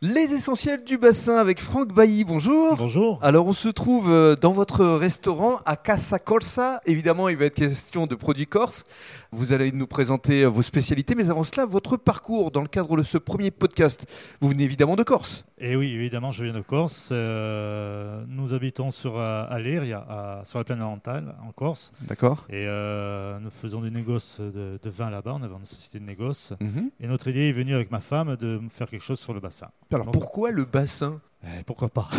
Les essentiels du bassin avec Franck Bailly, bonjour. Bonjour. Alors on se trouve euh, dans votre restaurant à Casa Corsa. Évidemment, il va être question de produits corses. Vous allez nous présenter euh, vos spécialités, mais avant cela, votre parcours dans le cadre de ce premier podcast. Vous venez évidemment de Corse. Et oui, évidemment, je viens de Corse. Euh, nous habitons sur euh, à Léria, à- sur la plaine orientale, en Corse. D'accord. Et euh, nous faisons des négoces de, de vin là-bas. On avait une société de négoces. Mhm. Et notre idée est venue avec ma femme de faire quelque chose sur le bassin. Alors pourquoi le bassin Eh, pourquoi pas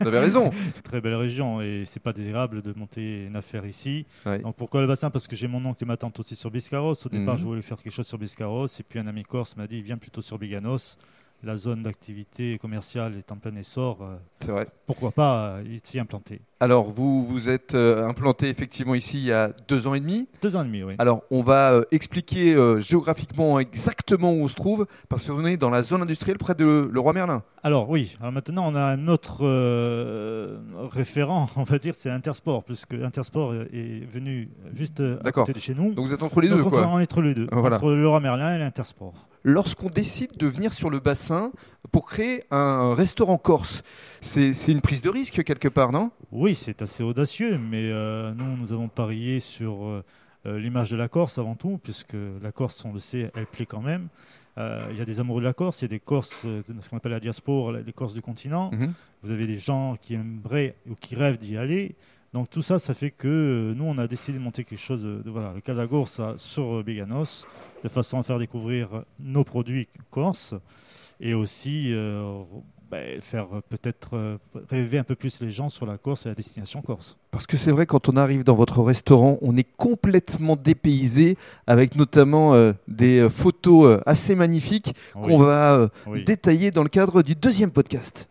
Vous avez raison. Très belle région et c'est pas désirable de monter une affaire ici. Ouais. Donc pourquoi le bassin Parce que j'ai mon oncle et ma tante aussi sur Biscarros. Au départ, Mhm. je voulais faire quelque chose sur Biscarros et puis un ami corse m'a dit viens plutôt sur Biganos. La zone d'activité commerciale est en plein essor. euh, C'est vrai. pourquoi pas euh, s'y implanter Alors vous vous êtes euh, implanté effectivement ici il y a deux ans et demi. Deux ans et demi, oui. Alors, on va euh, expliquer euh, géographiquement exactement où on se trouve, parce qu'on est dans la zone industrielle près de le roi Merlin. Alors oui, alors maintenant on a un autre euh, référent, on va dire, c'est Intersport, puisque Intersport est- est venu juste euh, à D'accord. côté de chez nous. Donc, vous êtes entre les deux, Donc, on est quoi. entre les deux, Voilà. entre le roi Merlin et l'Intersport. Lorsqu'on décide de venir sur le bassin pour créer un restaurant corse, c'est c'est une prise de risque quelque part, non Oui, c'est assez audacieux, mais euh, nous, nous avons parié sur euh, euh, l'image de la Corse avant tout, puisque la Corse, on le sait, elle plaît quand même. Euh, Il y a des amoureux de la Corse, il y a des Corses, euh, de ce qu'on appelle la diaspora, la- les Corses du continent. Mhm. Vous avez des gens qui aimeraient ou qui rêvent d'y aller. Donc tout ça, ça fait que euh, nous, on a décidé de monter quelque chose, euh, de, de- voilà, le Casagor, ça, sur euh, Béganos, de façon à faire découvrir nos produits corses et aussi euh, ben, faire euh, peut-être euh, rêver un peu plus les gens sur la Corse et la destination corse. Parce que c'est vrai, quand on arrive dans votre restaurant, on est complètement dépaysé, avec notamment euh, des euh, photos euh, assez magnifiques qu'on va euh, Ah Oui. détailler dans le cadre du deuxième podcast.